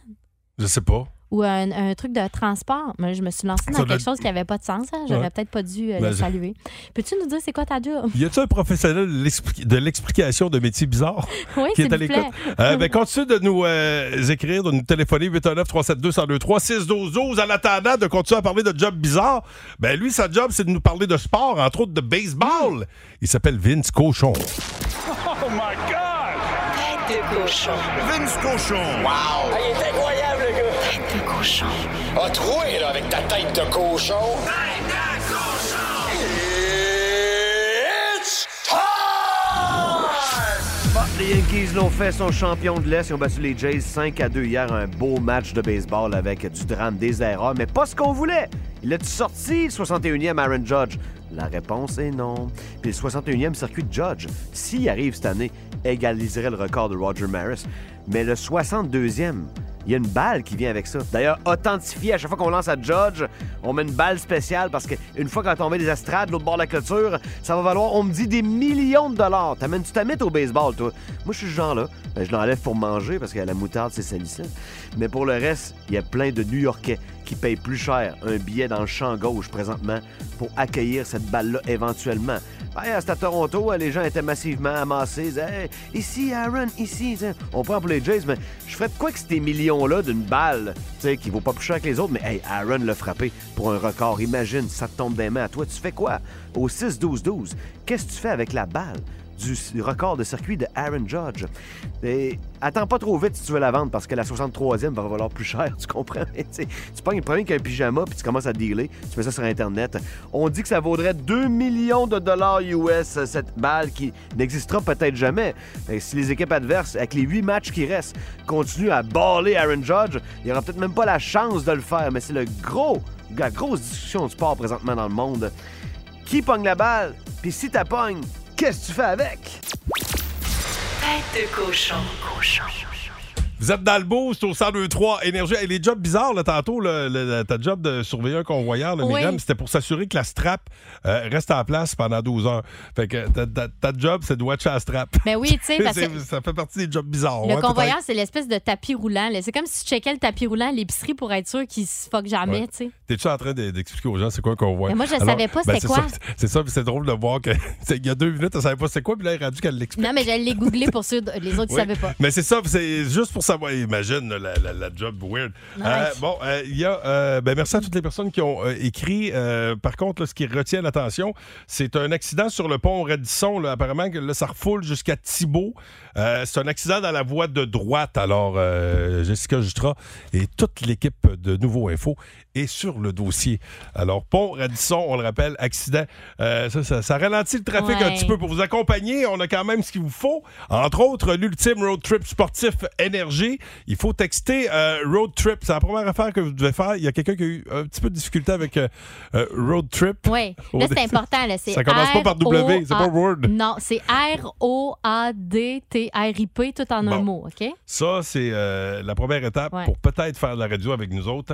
S3: Je sais pas.
S8: ou un, un truc de transport. Mais je me suis lancée
S3: Ça
S8: dans
S3: doit
S8: quelque
S3: être-
S8: chose qui avait pas de sens. hein. J'aurais
S3: Ouais.
S8: peut-être pas dû euh,
S3: Ben,
S8: le
S3: je-
S8: saluer. Peux-tu nous dire c'est quoi ta job?
S3: Y a-t-il un professionnel de l'expli- de l'explication de métiers bizarres
S8: Oui,
S3: qui est
S8: s'il
S3: à
S8: vous
S3: l'écoute?
S8: plaît.
S3: Euh, ben, continue de nous euh, écrire, de nous téléphoner 819 372 1023 6 12 12 en attendant de continuer à parler de job bizarre. Ben lui, sa job, c'est de nous parler de sport, entre autres de baseball. Il s'appelle Vince Cochon.
S12: Oh my God! Tête de cochon. Vince cochon.
S13: Wow.
S12: il est incroyable, le gars. Tête de cochon.
S13: A troué, là, avec ta tête de cochon. Tête de cochon! It's
S14: Bon, les Yankees l'ont fait, sont champions de l'Est. Ils ont battu les Jays 5 à 2 hier. Un beau match de baseball avec du drame, des erreurs, mais pas ce qu'on voulait. Il a-tu sorti le 61e Aaron Judge? La réponse est non. Puis le 61e circuit de Judge, s'il arrive cette année, égaliserait le record de Roger Maris. Mais le 62e, il y a une balle qui vient avec ça. D'ailleurs, authentifié à chaque fois qu'on lance à Judge, on met une balle spéciale parce qu'une fois qu'on met des estrades, l'autre bord de la clôture, ça va valoir, on me dit, des millions de dollars. T'amènes-tu ta mythe au baseball, toi? Moi, je suis ce genre-là. Ben, je l'enlève pour manger parce que la moutarde, c'est salissant. Mais pour le reste, il y a plein de New-Yorkais qui payent plus cher un billet dans le champ gauche présentement pour accueillir cette balle-là éventuellement. Ben, c'est à Toronto, hein, les gens étaient massivement amassés. Ils disaient, Hey, ici, Aaron, ici. ça. On prend pour les Jays, mais je ferais de quoi que ces millions-là d'une balle, tu sais, qui vaut pas plus cher que les autres, mais hey, Aaron l'a frappé pour un record. Imagine, ça te tombe des mains à toi. Tu fais quoi? Au 6-12-12, qu'est-ce que tu fais avec la balle? du c- record de circuit de Aaron Judge. Et attends pas trop vite si tu veux la vendre parce que la 63e va valoir plus cher, tu comprends? Tu sais, tu prends le premier qu'un pyjama puis tu commences à dealer. Tu fais ça sur Internet. On dit que ça vaudrait 2 millions de dollars US, euh, cette balle qui n'existera peut-être jamais. Mais si les équipes adverses, avec les 8 matchs qui restent, continuent à baller Aaron Judge, il n'y aura peut-être même pas la chance de le faire. Mais c'est le gros, la grosse discussion du sport présentement dans le monde qui pogne la balle, puis si t'as pogne, qu'est-ce que tu fais avec?
S1: Tête de cochon.
S3: Vous êtes dans le boost au 1023 Énergie. Et les jobs bizarres, là, tantôt, là, le, le- ta job de surveillant convoyeur, le
S15: Oui.
S3: Myriam, c'était pour s'assurer que la strap euh, reste en place pendant 12 heures. Fait que ta, ta- ta job, c'est de watcher la strap.
S8: Ben oui, tu sais, parce
S3: C'est-
S8: que-
S3: Ça fait partie des jobs bizarres.
S8: Le
S3: hein,
S8: convoyeur,
S3: peut-être.
S8: c'est l'espèce de tapis roulant. là. C'est comme si tu checkais le tapis roulant à l'épicerie pour être sûr qu'il se fuck jamais,
S3: Ouais.
S8: tu sais.
S3: T'es-tu en train de- d'expliquer aux gens c'est quoi un convoi?
S8: Mais moi, je
S3: Alors,
S8: savais pas
S3: ben,
S8: c'était
S3: c'est
S8: quoi.
S3: ça, C'est ça, puis c'est drôle de voir que c'est- il y a deux minutes, elle savait pas c'était quoi, puis là, elle est rendue qu'elle l'explique.
S8: Non, mais j'allais les googler pour ceux, les autres qui
S3: Oui.
S8: savaient pas.
S3: Mais c'est ça, c'est juste pour savoir. Imagine là, la, la- la job weird.
S8: Ouais.
S3: Euh, bon, euh, il y a. euh, ben, merci à toutes les personnes qui ont euh, écrit. Euh, par contre, là, ce qui retient l'attention, c'est un accident sur le pont Radisson. là. apparemment, que, là, ça refoule jusqu'à Thibault. Euh, c'est un accident dans la voie de droite. Alors, euh, Jessica Jutra et toute l'équipe de Nouveau Info est sur le dossier. Alors, pont Radisson, on le rappelle, accident. Euh, ça, ça- ça ralentit le trafic un
S15: Ouais.
S3: petit peu pour vous accompagner. On a quand même ce qu'il vous faut. Entre autres, l'ultime road trip sportif énergie. Il faut texter euh, road trip. C'est la première affaire que vous devez faire. Il y a quelqu'un qui a eu un petit peu de difficulté avec euh, euh, road trip.
S8: Oui. Là, c'est important. Là. C'est
S3: Ça commence pas par W, c'est pas
S8: R-O-A-
S3: Word.
S8: Non, c'est R-O-A-D-T-R-I-P, tout en un mot, OK?
S3: Ça, c'est euh, la première étape
S4: Ouais.
S3: pour peut-être faire de la radio avec nous autres.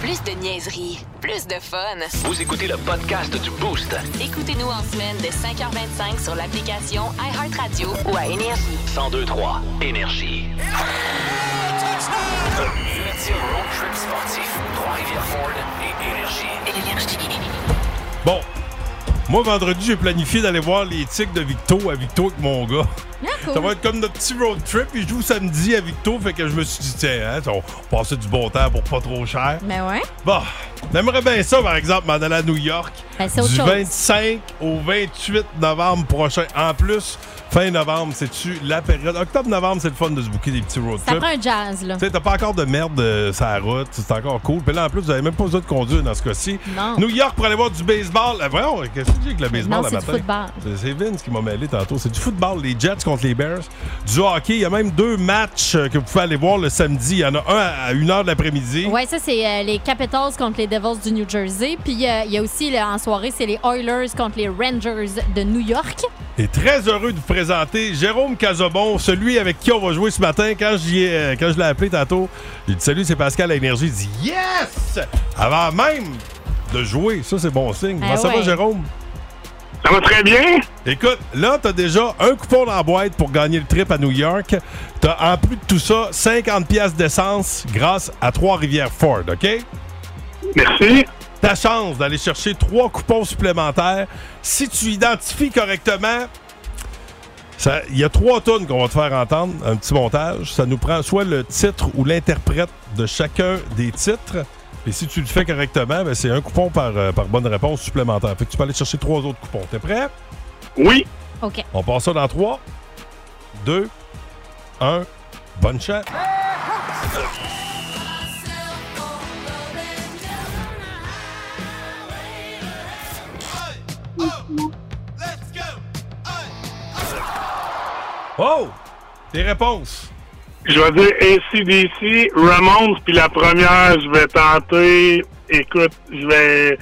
S4: Plus de niaiserie, plus de fun.
S2: Vous écoutez le podcast du Boost.
S4: Écoutez-nous en semaine de 5h25 sur l'application iHeartRadio ou à Énergie.
S2: 1023 Énergie. L'ultime road trip sportif. Trois-Rivières Ford et Énergie.
S3: Bon. Moi, vendredi, j'ai planifié d'aller voir les tics de Victo à Victo avec mon gars. Ça va être comme notre petit road trip. Il joue samedi à Victo. Fait que je me suis dit, tiens, hein, on passait du bon temps pour pas trop cher.
S8: Mais ouais.
S3: Bon, j'aimerais bien ça, par exemple, m'en aller à New York.
S8: Ben, c'est autre
S3: du
S8: chose.
S3: 25 au 28 novembre prochain. En plus, fin novembre, c'est-tu la période. Octobre-novembre, c'est le fun de se bouquer des petits road
S8: Ça
S3: trips.
S8: prend un jazz, là.
S3: Tu sais, t'as pas encore de merde euh, sur la route, c'est encore cool. Puis là, en plus, vous avez même pas besoin de conduire dans ce cas-ci.
S8: Non.
S3: New York pour aller voir du baseball. Ah, voyons, qu'est-ce que tu dis avec le baseball
S8: Non,
S3: la
S8: c'est du
S3: matin?
S8: football.
S3: C'est- C'est Vince qui m'a mêlé tantôt. C'est du football, les Jets contre les Bears. Du hockey, il y a même deux matchs euh, que vous pouvez aller voir le samedi. Il y en a un à 1h de l'après-midi.
S8: Oui, ça, c'est euh, les Capitals contre les Devils du New Jersey. Puis euh, il y a aussi, là, en soirée, c'est les Oilers contre les Rangers de New York.
S3: Et très heureux de vous présenter Jérôme Cazobon, celui avec qui on va jouer ce matin. Quand, j'y ai- euh, quand je l'ai appelé tantôt, j'ai dit Salut, c'est Pascal à Énergie. Il dit Yes Avant même de jouer. Ça, c'est bon signe.
S15: Ah
S3: Comment ça va,
S15: ouais.
S3: Jérôme
S10: Ça va très bien.
S3: Écoute, là, t'as déjà un coupon dans la boîte pour gagner le trip à New York. T'as en plus de tout ça 50 pièces d'essence grâce à Trois-Rivières Ford, OK? Merci. Ta chance d'aller chercher trois coupons supplémentaires. Si tu identifies correctement, ça- Il y a trois tonnes qu'on va te faire entendre, un petit montage. Ça nous prend soit le titre ou l'interprète de chacun des titres. Et si tu le fais correctement, ben, c'est un coupon par, euh, par bonne réponse supplémentaire. Fait que tu peux aller chercher trois autres coupons. T'es prêt? Oui.
S8: OK.
S3: On passe ça dans 3, 2, 1. Bonne chance. Oh! Tes réponses.
S12: Je vais dire ACDC, Ramones, puis la première, je vais tenter. Écoute, je vais.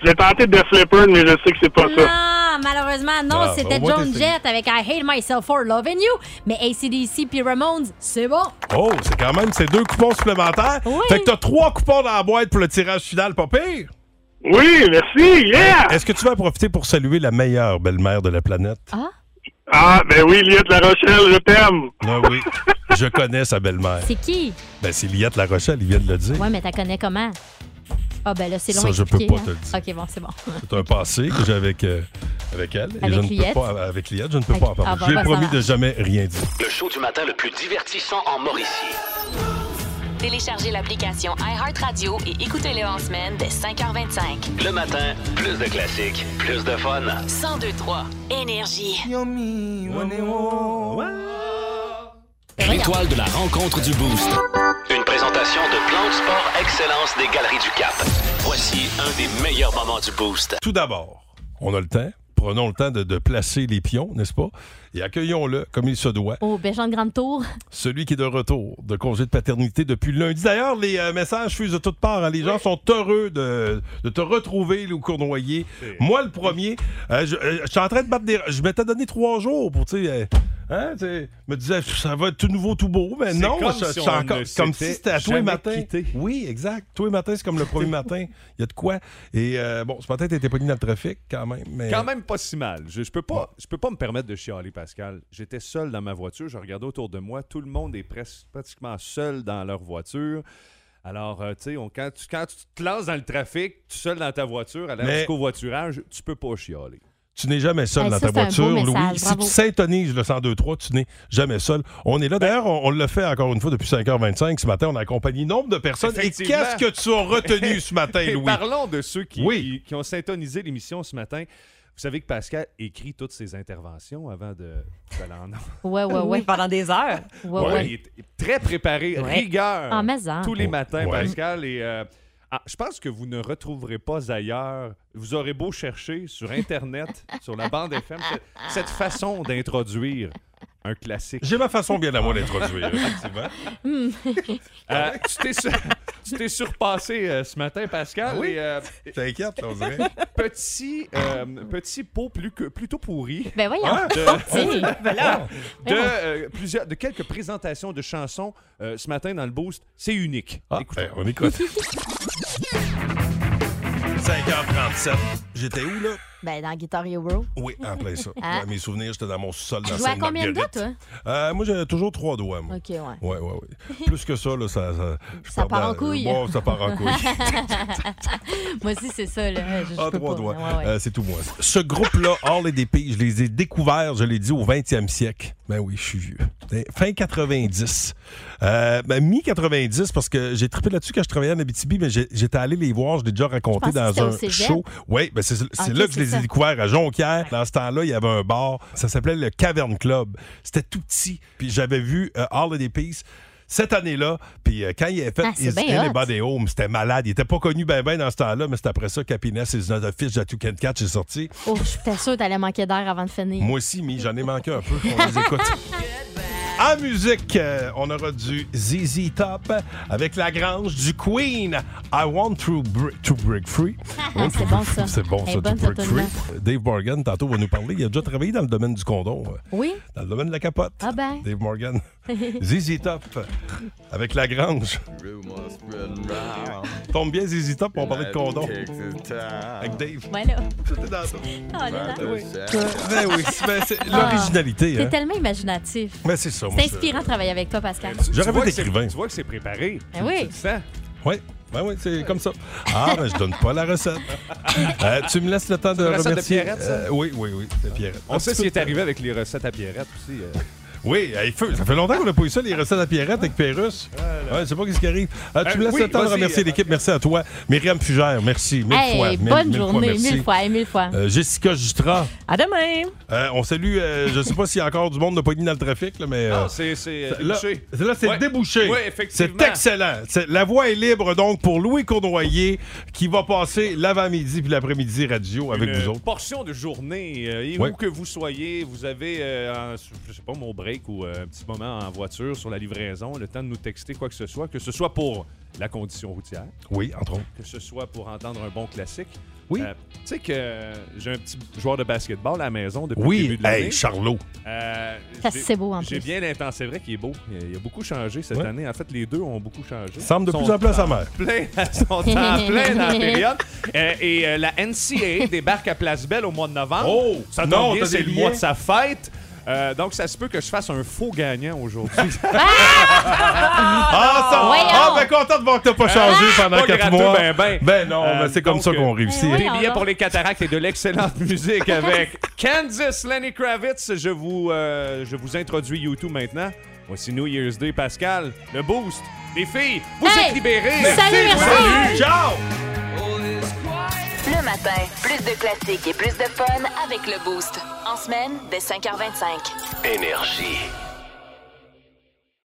S12: Je vais tenter Def Leppard, mais je sais que c'est pas ça.
S8: Ah, malheureusement, non,
S12: Ah,
S8: c'était
S12: au moins,
S8: John
S12: t'essayes.
S8: Jett avec I Hate Myself for Loving You. Mais ACDC puis Ramones, c'est bon.
S3: Oh, c'est quand même ces deux coupons supplémentaires. Fait que t'as trois coupons dans la boîte pour le tirage final, pas pire.
S12: Oui, merci, yeah!
S3: Est-ce que tu vas en profiter pour saluer la meilleure belle-mère de la planète?
S12: Ah, ben oui, Liette La Rochelle, je t'aime.
S3: Ah oui, je connais sa belle-mère.
S8: C'est qui?
S3: Ben, c'est Liette La Rochelle, il vient de le dire.
S8: Ouais, mais t'as connais comment? Ah, ben là, c'est long
S3: Ça,
S8: à
S3: je peux
S8: expliquer,
S3: pas
S8: hein. OK, bon, c'est bon.
S3: C'est un passé que j'ai avec, euh, avec elle.
S8: Avec
S3: je ne peux
S8: Liette?
S3: pas, avec Liette, je ne peux
S8: Avec-
S3: pas en parler.
S8: Ah, bah,
S3: J'ai
S8: bah, ça
S3: promis
S8: va.
S3: de jamais rien dire.
S2: Le show du matin le plus divertissant en Mauricie.
S4: Téléchargez l'application iHeartRadio et écoutez-le en semaine dès 5h25.
S2: Le matin, plus de classiques, plus de fun.
S4: 1023 Énergie.
S2: L'étoile de la rencontre du Boost. Une présentation de Plan de Sport Excellence des Galeries du Cap. Voici un des meilleurs moments du Boost.
S3: Tout d'abord, on a le temps. Prenons le temps de, de placer les pions, n'est-ce pas? Et accueillons-le comme il se doit.
S8: Au Béjean de Grande ben, Tour.
S3: Celui qui est de retour de congé de paternité depuis lundi. D'ailleurs, les euh, messages fusent de toutes parts. hein. Les gens sont heureux de, de te retrouver, Lou Cournoyer. Moi, le premier, euh, je, euh, je suis en train de battre des... Je m'étais donné trois jours pour, tu sais... euh, hein, tu sais, je me disais, ça va être tout nouveau, tout beau, mais
S15: C'est
S3: non,
S15: comme
S3: je- je-
S15: si on
S3: encore-
S15: ne
S3: comme
S15: s'était
S3: si c'était à tous les
S15: jamais
S3: matins. Oui, exact. Tous les matins, c'est comme le premier matin. Il y a de quoi. Et euh, bon, ce matin, t'étais pogné dans le trafic quand même. Mais...
S15: Quand même pas si mal. Je, je peux pas, je peux pas me permettre de chialer, Pascal. J'étais seul dans ma voiture. Je regardais autour de moi. Tout le monde est pres- pratiquement seul dans leur voiture. Alors, euh, tu sais, on- quand, tu- quand tu te lances dans le trafic, tout seul dans ta voiture, à l'air
S3: Mais-
S15: du covoiturage, tu peux pas chialer.
S3: Tu n'es jamais seul
S16: Ben,
S3: dans
S15: Hey, ça,
S3: ta
S15: c'est un
S3: voiture,
S15: beau
S3: Louis.
S15: message,
S3: si
S15: bravo.
S3: tu syntonises le 102.3, tu n'es jamais seul. On est là. D'ailleurs, on, on le fait encore une fois depuis 5h25. Ce matin, on a accompagné nombre de personnes. Et
S15: Effectivement.
S3: qu'est-ce que tu as retenu ce matin,
S15: Et
S3: Louis?
S15: Parlons de ceux qui, qui- qui ont syntonisé l'émission ce matin. Vous savez que Pascal écrit toutes ses interventions avant de d'aller en
S8: Ouais, ouais, ouais.
S16: Oui, pendant des heures.
S8: Ouais,
S15: Ouais,
S8: ouais.
S15: Il est très préparé,
S16: Ouais.
S15: rigueur.
S8: En maison.
S15: Tous les
S8: Ouais.
S15: matins,
S8: Ouais.
S15: Pascal. Et, euh, ah, je pense que vous ne retrouverez pas ailleurs. Vous aurez beau chercher sur Internet, sur la bande FM, ce- cette façon d'introduire un classique.
S3: J'ai ma façon bien à moi d'introduire, effectivement.
S8: Hmm.
S3: Ah
S15: Euh, tu t'es sur- tu t'es surpassé euh, ce matin, Pascal.
S3: Ah oui?
S15: et, euh,
S3: T'inquiète, on dirait.
S15: Petit, euh, petit pot plus que- plutôt pourri.
S8: Ben voyons.
S3: Ah,
S15: Hein?
S8: Petit.
S15: De,
S8: Voilà.
S15: de, euh, plusieurs, de quelques présentations de chansons euh, ce matin dans le Boost. C'est unique. Écoutez.
S3: Ah, ben, on écoute. 5h37. J'étais où, là?
S16: Ben, dans Guitar Hero.
S3: Oui, en plein ça.
S16: Ah.
S3: Ouais, mes souvenirs, j'étais dans mon sol.
S16: Tu
S3: dans
S16: jouais à combien de
S3: Sainte-Marguerite.
S16: doigts,
S3: Euh, moi, j'ai toujours trois doigts, moi.
S16: OK, ouais.
S3: Ouais, ouais, ouais. Plus que ça, là, ça. Ça, je
S8: Ça
S3: perdais-
S8: part en couille.
S3: Bon, ça part en couille.
S8: Moi aussi, c'est ça. Là. Je, je
S3: Ah,
S8: peux
S3: trois
S8: pas.
S3: doigts.
S8: Ouais, ouais.
S3: Euh, c'est tout moi. Ce groupe-là, All et Dépé, je les ai découverts, je l'ai dit, au 20e siècle. Ben oui, je suis vieux. Ben, Fin 90. Euh, ben, Mi-90, parce que j'ai trippé là-dessus quand je travaillais en Abitibi, mais j'ai- j'étais allé les voir, je l'ai déjà raconté
S15: Je pensais que
S3: dans un
S15: c'était au cégep.
S3: show. Oui, ben c'est c'est
S15: Ah, ok,
S3: là que je
S15: c'est
S3: les
S15: ça.
S3: ai découverts, à Jonquière. Dans ce temps-là, il y avait un bar, ça s'appelait le Cavern Club. C'était tout petit, puis j'avais vu euh, All et Dépé cette année-là, puis euh, quand il avait fait
S15: Ah, c'est
S3: Is
S15: bien hot.
S3: Anybody des Home, c'était malade. Il était pas connu ben ben dans ce temps-là, mais c'est après ça qu'Happiness is not a fish that you can catch est sorti.
S8: Oh, je suis sûre que t'allais manquer d'air avant de finir.
S3: Moi aussi, mais j'en ai manqué un peu. On les écoute. En musique, euh, on aura du ZZ Top avec la grange du Queen. I want to, break- to break free. I want
S8: Ah, C'est
S3: to
S8: bon,
S3: break-
S8: ça.
S3: C'est bon
S8: Elle est
S3: ça, to
S8: bonne,
S3: break
S8: cette
S3: free.
S8: tune-là.
S3: Euh, Dave Morgan, tantôt, va nous parler. Il a déjà travaillé dans le domaine du condom, euh,
S8: Oui?
S3: dans le domaine de la capote.
S8: Ah ben.
S3: Dave Morgan. ZZ Top avec la grange. Tombe bien, ZZ Top, on parlait de condom. Avec Dave.
S8: Voilà.
S3: Ah,
S8: là, là.
S3: Ben oui, ben, c'est l'originalité.
S8: T'es
S3: hein.
S8: tellement imaginatif.
S3: Ben, c'est ça. moi,
S8: Ah. C'est
S3: je-
S8: inspirant de travailler avec toi, Pascal.
S3: J'aurais
S15: vois
S3: pas
S15: que c'est-
S3: d'écrivain.
S15: Tu vois que c'est préparé. hein?
S8: Ben oui.
S3: Oui, ben oui, c'est comme ça. Ah, ben je donne pas la recette. Euh, tu me laisses le temps de
S15: une recette de
S3: remercier.
S15: Pierrette, ça?
S3: Euh, oui, oui, oui, de Pierrette.
S15: On
S3: Un
S15: sait
S3: petit
S15: ce qui
S3: peu
S15: est arrivé avec les recettes à Pierrette aussi. euh.
S3: Oui, hey, feu, ça fait longtemps qu'on n'a pas eu ça, les recettes à Pierrette avec Pérus. Ouais, je sais pas qu'est-ce qui arrive. Ah, tu
S15: Euh,
S3: me laisses
S15: oui,
S3: le temps de
S15: vas-y,
S3: remercier
S15: euh,
S3: l'équipe. Merci à toi. Myriam Fugère, merci. Mille
S8: Hey,
S3: fois. mille-
S8: bonne
S3: mille fois
S8: journée,
S3: merci.
S8: mille fois, et mille fois.
S3: Euh, Jessica Jutra.
S16: À demain!
S3: Euh, on salue, euh, je sais pas s'il y a encore du monde de pogné dans le trafic, là, mais. euh,
S15: Non, c'est- c'est, euh,
S3: là,
S15: débouché.
S3: c'est- Là, c'est
S15: Ouais.
S3: débouché.
S15: Ouais, effectivement.
S3: C'est excellent. C'est- la voie est libre, donc, pour Louis Cournoyer, qui va passer l'avant-midi puis l'après-midi radio avec
S15: une
S3: vous autres.
S15: portion de journée. euh, et
S3: Ouais.
S15: où que vous soyez, vous avez, euh, un- je sais pas, mon break ou euh, un petit moment en voiture sur la livraison, le temps de nous texter quoi que ce soit, que ce soit pour la condition routière,
S3: Oui, entre autres.
S15: que ce soit pour entendre un bon classique. Oui. tu sais que euh, j'ai un petit joueur de basketball à la maison depuis
S3: Oui,
S15: le début de
S3: hey,
S15: l'année.
S3: Charlot.
S15: Euh,
S8: Ça,
S15: j'ai-
S8: c'est beau, en
S15: J'ai
S8: plus.
S15: bien l'intention. C'est vrai qu'il est beau. Il il a beaucoup changé cette
S3: Ouais.
S15: année. En fait, les deux ont beaucoup changé.
S3: Semble de
S15: Sont
S3: plus en plus à sa
S15: en
S3: mère.
S15: Plein, sont en plein dans la période. Euh, et euh, la NCAA débarque à Place Belle au mois de novembre.
S3: Oh!
S15: ça
S3: Non,
S15: tombe bien,
S3: t'as
S15: c'est
S3: des
S15: le
S3: liens.
S15: mois de sa fête. Euh, donc, ça se peut que je fasse un faux gagnant aujourd'hui.
S3: Ah, ça-
S15: Voyons.
S3: ah, ben content de voir que t'as pas changé pendant
S15: Pas
S3: quatre
S15: gratteux,
S3: mois.
S15: Ben, ben.
S3: non,
S15: Euh,
S3: mais c'est comme
S15: donc,
S3: ça qu'on
S15: euh,
S8: Ben
S3: réussit.
S15: Des billets pour les cataractes et de l'excellente musique avec Kansas Lenny Kravitz. Je vous, euh, je vous introduis YouTube maintenant. Voici New Year's Day, Pascal. Le boost. Les filles, vous êtes libérées.
S1: salut, merci.
S15: Salut, ciao.
S4: Le matin, plus de classiques et plus de fun avec le Boost. En semaine, dès 5h25.
S2: Énergie.